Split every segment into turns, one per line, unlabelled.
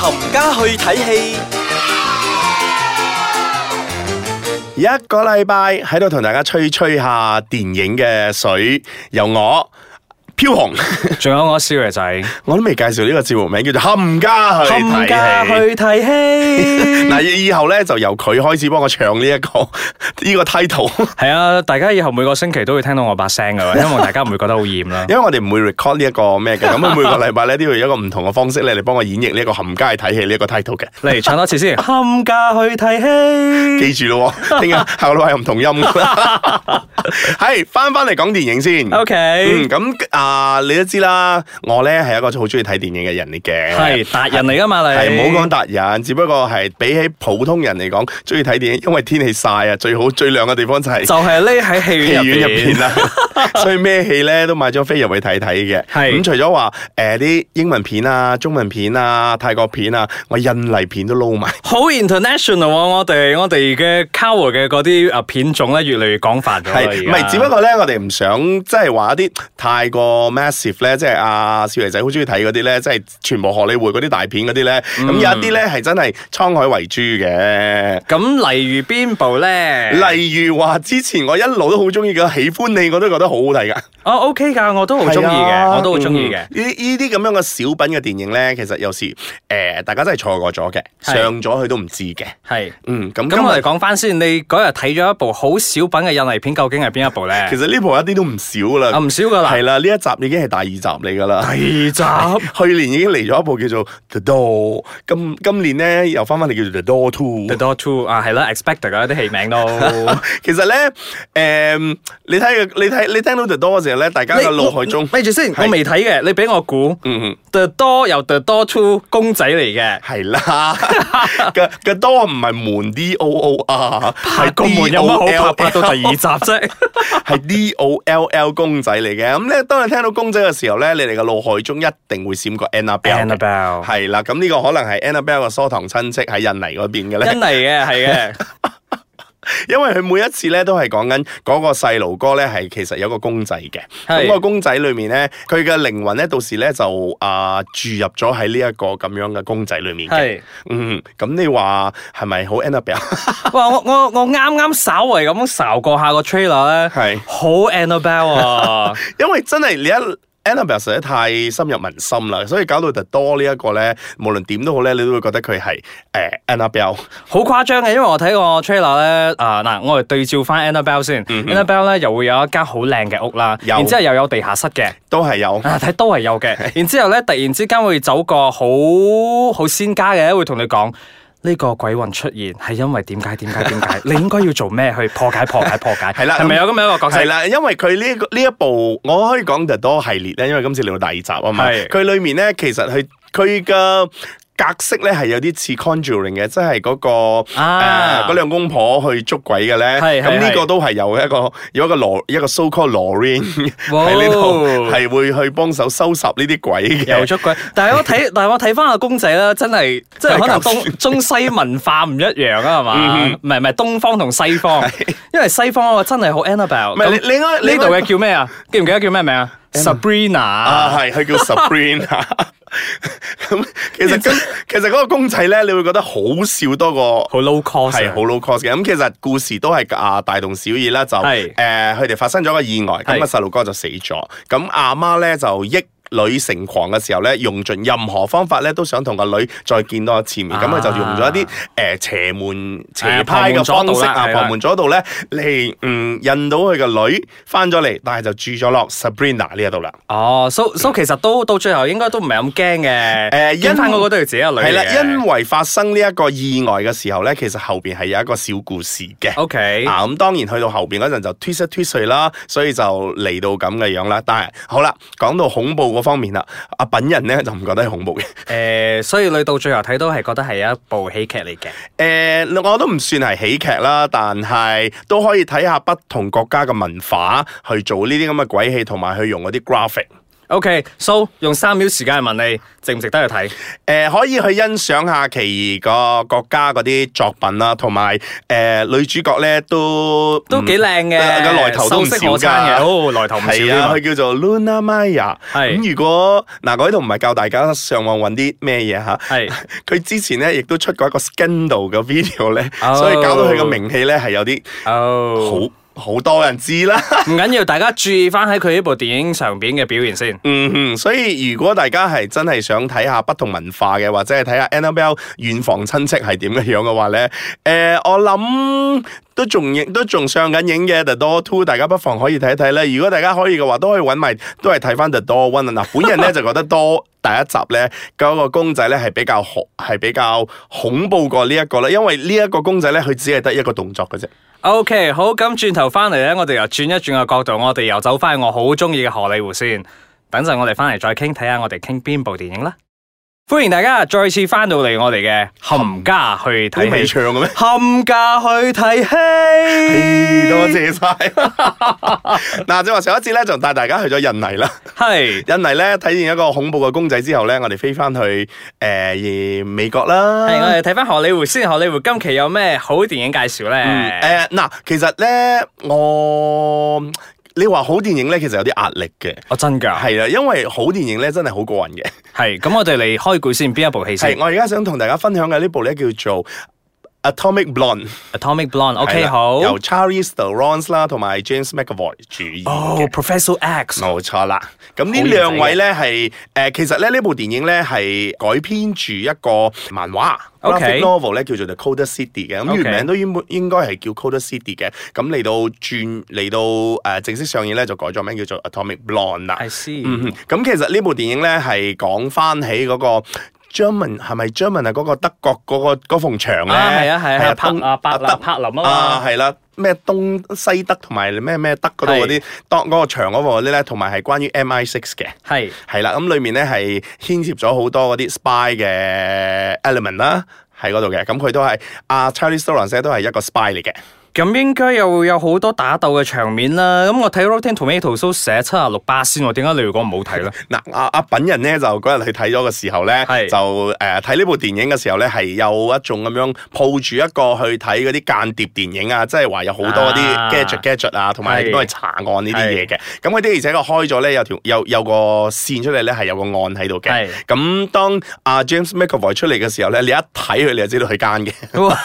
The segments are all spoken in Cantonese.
冚家去睇戲，
一個禮拜喺度同大家吹吹下電影嘅水，由我飄紅，
仲有我少爺仔，
我都未介紹呢個節目名叫做《冚家去睇
冚
戲
家》。去睇 戲。
嗱，以後咧就由佢開始幫我唱呢、一個 呢、個 title，
係啊，大家以後每個星期都會聽到我把聲噶啦，希望大家唔會覺得好厭啦。
因為我哋唔會 record 呢一個咩嘅，咁每個禮拜咧都要有一個唔同嘅方式咧嚟幫我演繹呢一個冚家去睇戲呢一個 title 嘅。
嚟唱多次先，冚家去睇戲。
記住咯喎，聽日下個禮拜有唔同音㗎啦。 係翻翻嚟講電影先。
O
嗯，
K，
咁啊、你都知啦，我咧係一個好中意睇電影嘅人嚟嘅。
係達人嚟噶嘛你？
係唔好講達人，只不過係比起普通人嚟講，中意睇電影，因為天氣曬啊，最好最涼嘅地方就係
就係匿喺戲
戲
院
院入
入
邊
邊。
啦， 所以咩戲咧都買咗飛入去睇睇嘅。
係
咁除咗話誒啲英文片啊、中文片啊、泰國片啊，我印尼片都撈埋。
好 international 啊！我哋我哋嘅 cover 嘅嗰啲啊片種咧，越嚟越廣泛咗啦。
係，唔
而家
係？只不過咧，我哋唔想即係話一啲太過 massive 咧，即係阿少爺仔好中意睇嗰啲咧，即係全部荷里活嗰啲大片嗰啲咧。
嗯
咁有一啲咧係真係滄海遺珠嘅。
咁，例如邊部咧？
例如話，之前我一路都好中意嘅《喜歡你》，我都覺得好好睇噶，
哦 OK 㗎，我都好中意
係
嘅，
啊
我都好中意嘅
嗯。呢呢啲咁樣嘅小品嘅電影咧，其實有時誒、呃大家真係錯過咗嘅，
係
上咗去都唔知嘅。
係。
嗯，咁今
咁我哋
日
講翻先，你嗰日睇咗一部好小品嘅印尼片，究竟係邊一部咧？
其實呢部一啲都唔少啦，
啊唔少噶啦
係啦，呢一集已經係第二集嚟噶啦。
第集
去年已經嚟咗一部叫做《The Door》，今今年咧又翻翻嚟叫做《The Door Two
The》。Door Two 啊，係啦，Expected 啊啲戲名 都。
其實咧，誒、你睇佢你睇你聽到《The Door》嘅時候咧，大家嘅腦海中，
咪住先，
係
我未睇嘅，你俾我估。
嗯嗯。
The Door 由 The Door Two 公仔嚟嘅，
系啦，個個多唔係門 D O O R，係
個門有乜好拍拍到第二集啫？
係 D O L L 公仔嚟嘅。咁咧，當你聽到公仔嘅時候咧，你哋嘅腦海中一定會閃過 Annabelle 嘅。
Annabelle
係啦，咁呢個可能係 Annabelle 嘅疏堂親戚喺印尼嗰邊嘅咧
真。嚟嘅，係 嘅，
因為佢每一次咧都係講緊嗰個細路哥咧係其實有個公仔嘅，
係
咁個公仔裏面咧佢嘅靈魂咧到時咧就啊、注入咗喺呢一個咁樣嘅公仔裏面嘅，
係。
嗯，咁你話係咪好 Annabelle？
哇！我我我啱啱稍為咁睄過下個 trailer 咧，
係
好 Annabelle 啊！
因為真係你一 Annabelle 實在太深入民心啦，所以搞到特多呢一個咧，無論點都好咧，你都會覺得佢係誒 Annabelle。
好誇張嘅，因為我睇個 trailer 咧，啊嗱，我哋對照翻 Annabelle 先，Annabelle 咧又會有一間好靚嘅屋啦，
有
然之後又嗯有地下室嘅，
都係有，
啊睇都係有嘅，然之後咧突然之間會走個好好仙家嘅，會同你講。呢個鬼魂出現係因為點解點解 點解？你應該要做咩去破解破解破解？
係啦
係咪有咁樣一個角色
係？啦，因為佢呢一個呢一部，我可以講 The Door 系列咧，因為今次嚟到第二集啊嘛。
係
佢裏面咧，其實佢佢嘅格式咧係有啲似 Conjuring 嘅，即係嗰、個
啊
誒嗰兩公婆去捉鬼嘅咧。
係係
咁呢
係
個都係有一個有一個羅一個 so called Lorraine 喺呢度
哇
係會去幫手收拾呢啲鬼
有
嘅。
捉鬼，但係 我睇，但係我睇翻個公仔啦，真係真係可
真
能
係搞嗯
東中西文化唔一樣啊，係嘛？唔係唔係東方同西方，因為西方嗰個啊真係好 Annabelle。
唔係你你應該你
呢
應
度
該
嘅叫咩啊？記唔記得叫咩名啊？Sabrina。
啊，係佢叫 Sabrina。咁其實跟其實嗰個公仔咧，你會覺得好笑多過
好 low cost
係
啊。
好 low cost 嘅。咁其實故事都係啊大同小異啦，就誒
係
佢哋發生咗個意外，咁
係
啊細路哥就死咗，咁阿媽咧就益。女成狂嘅時候咧，用盡任何方法咧，都想同個女再見多一次面。咁佢、
啊
就用咗一啲誒、呃邪門邪
啊
派嘅
旁
方
門左
式
道啦
啊，
係啦
旁門左道咧嚟嗯引到佢個女翻咗嚟，但係就住咗落 Sabrina 呢一度啦。
哦，so so 其實都到最後應該都唔係咁驚嘅。
誒因
因翻嗰個都要自己個女嚟嘅。
係啦，因為發生呢一個意外嘅時候咧，其實後邊係有一個小故事嘅。
O K
啊，咁當然去到後邊嗰陣就 twist 一 twist 佢啦，所以就嚟到咁嘅樣啦。但係好啦，講到恐怖嗰方面啦，阿品人咧就唔覺得係恐怖嘅。誒、
誒，所以你到最後睇都係覺得係一部喜劇嚟嘅。
我都唔算係喜劇啦，但係都可以睇下不同國家嘅文化去做呢啲咁嘅鬼戲，同埋去用嗰啲 graphic。
OK，so 用三秒時間嚟問你值唔值得去睇？
诶、可以去欣賞下其餘個國家嗰啲作品啦，同埋诶女主角咧都
都幾靚嘅
嗯個來頭都唔少
秀色可餐
㗎
嘅哦來頭唔少
係
添啊
啊，佢叫做 Luna Maya。
係
咁，如果嗱，我呢度唔係教大家上網揾啲咩嘢吓，
係
佢之前咧亦都出過一個 scandal 嘅 video 咧，
哦
所以搞到佢個名氣咧係有啲
哦，
好好多人知啦。
唔緊要，大家注意翻喺佢呢部電影上邊嘅表現先。
嗯哼，所以如果大家係真係想睇下不同文化嘅，或者係睇下 Annabelle 遠房親戚係點嘅樣嘅話咧，诶、我諗都仲影都仲上緊影嘅 The Door Two，大家不妨可以睇睇咧。如果大家可以嘅話，都可以揾埋都係睇翻 The Door One 啊。嗱，本人咧就覺得多。第一集咧，嗰、個公仔咧係比較恐，係比較恐怖過呢一個啦，因為呢一個公仔咧，佢只係得一個動作嘅啫。
OK，好，咁轉頭翻嚟咧，我哋又轉一轉個角度，我哋又走翻我好中意嘅荷里活先。等陣我哋翻嚟再傾，睇下我哋傾邊部電影啦。歡迎大家再次翻到嚟我哋嘅冚家去
都未
睇戲，
唱嘅咩？
冚家去睇
嘿
戲，
多謝晒。 嗱，正話上一次咧就帶大家去咗印尼啦。
係
印尼咧睇完一個恐怖嘅公仔之後咧，我哋飛翻去诶、呃美國啦。
係，我哋睇翻荷里活先。荷里活今期有咩好電影介紹咧？
诶嗯嗱、其實咧我你話好電影咧，其實有啲壓力嘅。
我真㗎，
係啦，啊因為好電影咧真係好過癮嘅。
係咁，我哋嚟開估先，邊一部戲先
係，我而家想同大家分享嘅呢部咧叫做。Atomic Blonde，
？Atomic Blonde，OK，
係啦
好。
由 Charlize Theron 啦同埋 James McAvoy 主演
哦
嘅。
，Professor X，
冇錯啦，咁呢
好型仔
兩位咧係誒，其實咧呢部電影咧係改編住一個漫畫
OK
graphic novel 咧叫做 The Colder City 嘅，咁
OK
原名都應應該係叫 Colder City 嘅，咁嚟到轉嚟到誒正式上映咧就改咗名叫做 Atomic Blonde 啦
I。see。
嗯哼，咁其實呢部電影咧係講翻起嗰個。German 係咪 German 啊？嗰個德國嗰、個嗰埲牆咧，
啊，係啊，係啊，柏啊，柏
啊
林，柏林啊
啊，
嘛，
係啦，咩東西德同埋咩咩德嗰度嗰啲，當嗰個牆嗰個嗰啲咧，同埋係關於 MI6 嘅。
係
係啦，咁裏面咧係牽涉咗好多嗰啲 spy 嘅 element 啦，喺嗰度嘅。咁佢都係啊阿 Charlie Stolan 咧，都係一個 spy 嚟嘅。
咁應該又會有好多打鬥嘅場面啦。咁我睇 Rotten Tomatoes 寫七啊六八先喎，點解你如果唔好 睇咧？
嗱，阿阿品人咧就嗰日去睇咗嘅時候咧，
係
就誒睇呢部電影嘅時候咧，係有一種咁樣抱住一個去睇嗰啲間諜電影啊，即係話有好多嗰
啊
啲 gadget gadget 啊，同埋
係
你都係查案呢啲嘢嘅。咁佢的而且確開咗咧有條有有個線出嚟咧係有個案喺度嘅
係。
咁當阿 James McAvoy 出嚟嘅時候咧，你一睇佢你就知道佢奸嘅，
哇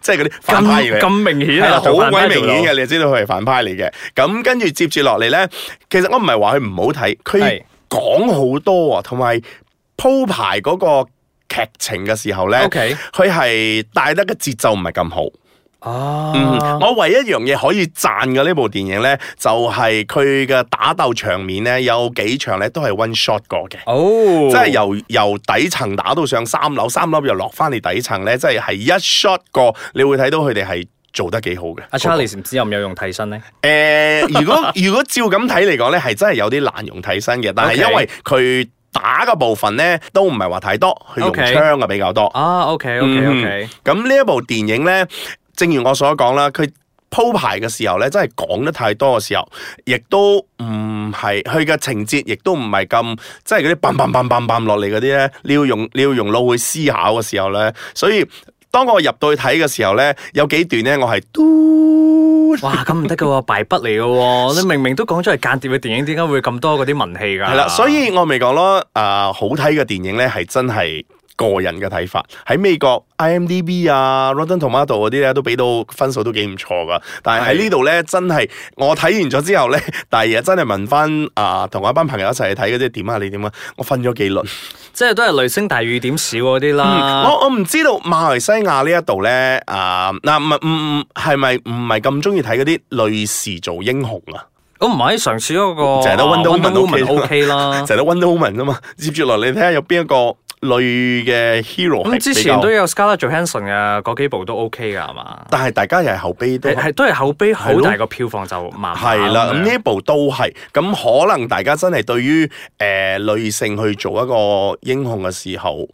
即係嗰啲反派嚟嘅
咁咁。明
系
顯
啦，好
啊，做反
鬼
派
明
做到
顯嘅，你就知道佢係反派嚟嘅。咁跟住接住落嚟咧，其實我唔係話佢唔好睇，
係
佢講好多啊，同埋鋪排嗰個劇情嘅時候咧，
OK
佢係帶得嘅節奏唔係咁好。嗯，
哦，
我唯一一樣嘢可以讚嘅呢部電影咧，就係佢嘅打鬥場面咧，有幾場咧都係 one shot 過嘅。
哦，
即係由由底層打到上三樓，三樓又落翻嚟底層咧，即係係一 shot 過，你會睇到佢哋係做得幾好嘅。
阿 Charlie 唔知有唔有用替身咧？
诶、呃如果 如果照咁睇嚟講咧，係真係有啲難用替身嘅，但係
OK
因為佢打嘅部分咧都唔係話太多，佢用
OK
槍嘅比較多。
啊，OK，OK，OK。OK，OK，OK
咁呢一部電影咧，正如我所講啦，佢鋪排嘅時候咧，真係講得太多嘅時候，亦都唔係佢嘅情節，亦都唔係咁，即係嗰啲砰砰砰砰砰落嚟嗰啲咧，你要用你要用腦去思考嘅時候咧，所以當我入到去睇嘅時候咧，有幾段咧，我係嘟。
哇，咁唔得噶喎，敗筆嚟 噶喎！你明明都講咗係間諜嘅電影，點解會咁多嗰啲文戲㗎？
系啦，所以我咪講咯，啊、好睇嘅電影咧係真係個人嘅睇法。喺美國 IMDB 啊、Rotten Tomato 嗰啲咧都俾到分數都幾唔錯噶。但係
係
喺呢度咧，真係我睇完咗之後咧， 第二日真係問翻啊，同我一班朋友一齊去睇嗰啲點啊，你點啊？我瞓咗幾輪。
即係都係雷聲大雨點小嗰啲啦。
我我唔知道馬來西亞呢一度咧，啊嗱唔唔唔係咪唔係咁中意睇嗰啲女士做英雄啊？
我唔係上次嗰個
就係得 Wonder
Wonder
Woman
Woman OK 啦。
就係得 Wonder Woman 啫嘛。接住落嚟睇下有邊一個女嘅 hero 係
咁之
比較
前都有 Scarlett Johansson 嘅嗰幾部都 OK 噶係嘛？
但係大家又係後悲都
係係啊都係口碑好
係咯
大個票房就麻麻
係啦，咁
咁樣
呢一部都係咁，可能大家真係對於誒、呃女性去做一個英雄嘅時候，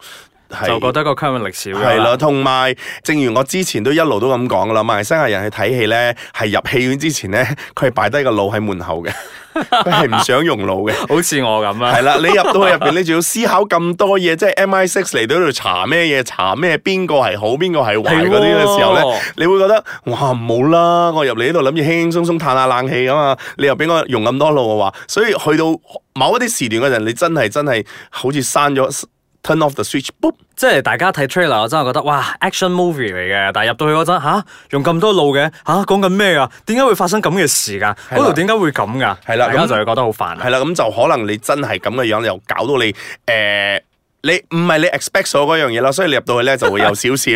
係
就覺得個吸引力少啊㗎
係啦，
啦。
同埋正如我之前都一路都咁講噶啦，馬來西亞人去睇戲咧，係入戲院之前咧， 佢係擺低個腦喺門口嘅， 佢係唔想用 腦嘅。
好似我咁啊啦
係，啦，你入到去入邊，你仲要思考咁多嘢，即係 MI six 嚟到呢度查咩嘢，查咩邊個係好，邊個係壞嗰啲嘅時候咧，你會覺得哇冇啦，我入嚟呢度諗住輕輕鬆鬆嘆下冷氣啊嘛，你又俾我用咁多路嘅話，所以去到某一啲時段嗰陣，你真係真係好似閂咗 turn off the switch，ปุ๊
即係大家睇 trailer 我真係覺得哇 action movie 嚟嘅，但係入到去嗰陣吓用咁多路嘅吓講緊咩啊？點解會發生咁嘅事㗎？
啦
嗰度點解會咁㗎？
係啦
大家
咁
就會覺得好煩啊啦
係。啦，咁就可能你真係咁嘅樣，又搞到你誒、呃你唔係你 expect 咗嗰樣嘢啦，所以你入到去咧就會有少少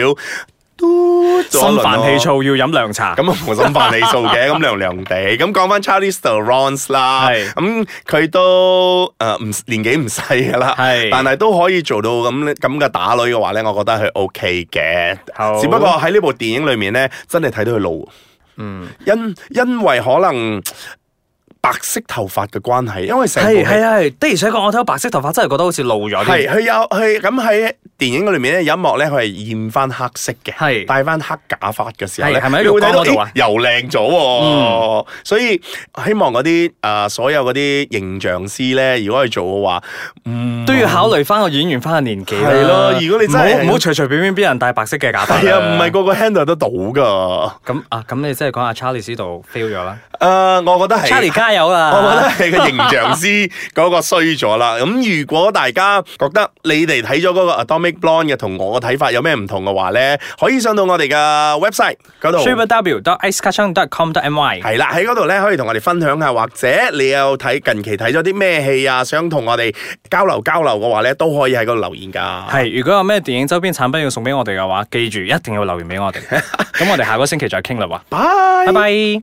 嘟咗
心
一輪咯
煩氣躁要飲涼茶。
咁啊冇心煩理數嘅，咁涼涼地。咁講翻 Charlie Theron 啦，
係
咁佢都誒唔、年紀唔細噶啦，
係
但係都可以做到咁咁嘅打女嘅話咧，我覺得佢 OK 嘅。
好
只不過喺呢部電影裏面咧，真係睇到佢老，
嗯，
因因為可能白色頭髮嘅關係，因為成部
係
戲
係係，的而且確我睇到白色頭髮真係覺得好似露咗
係
啲。
佢有佢咁喺電影裏面咧，有一幕咧，佢係染翻黑色嘅，
係
戴翻黑假髮嘅時候咧，
係係咪喺
你會睇到
浴缸嗰度啊
咦又靚咗喎。所以希望嗰啲啊所有嗰啲形象師咧，如果去做嘅話，嗯，
都要考慮翻個演員翻嘅年紀啦
係咯如果你真係
唔好唔好隨隨便便俾人戴白色嘅假髮啦。
係啊，唔係個個 handle 得到噶。
咁啊，咁你即係講阿 Charlie 呢度 fail 咗啦。
誒、我覺得係
Charlie 加油
我覺
啦！
得係個形象師嗰個衰咗啦。咁如果大家覺得你哋睇咗嗰個 Atomic Blonde 嘅同我嘅睇法有咩唔同嘅話咧，可以上到我哋嘅 website 嗰度。
w dot i c e c a t c h n dot com dot my
系啦，喺嗰度咧可以同我哋分享下，或者你有睇近期睇咗啲咩戲啊，想同我哋交流交流嘅話咧，都可以喺嗰度留言噶。
係，如果有咩電影周邊產品要送 俾我哋嘅話，記住一定要留言俾我哋。咁我哋下個星期再傾啦喎，
拜
拜。拜。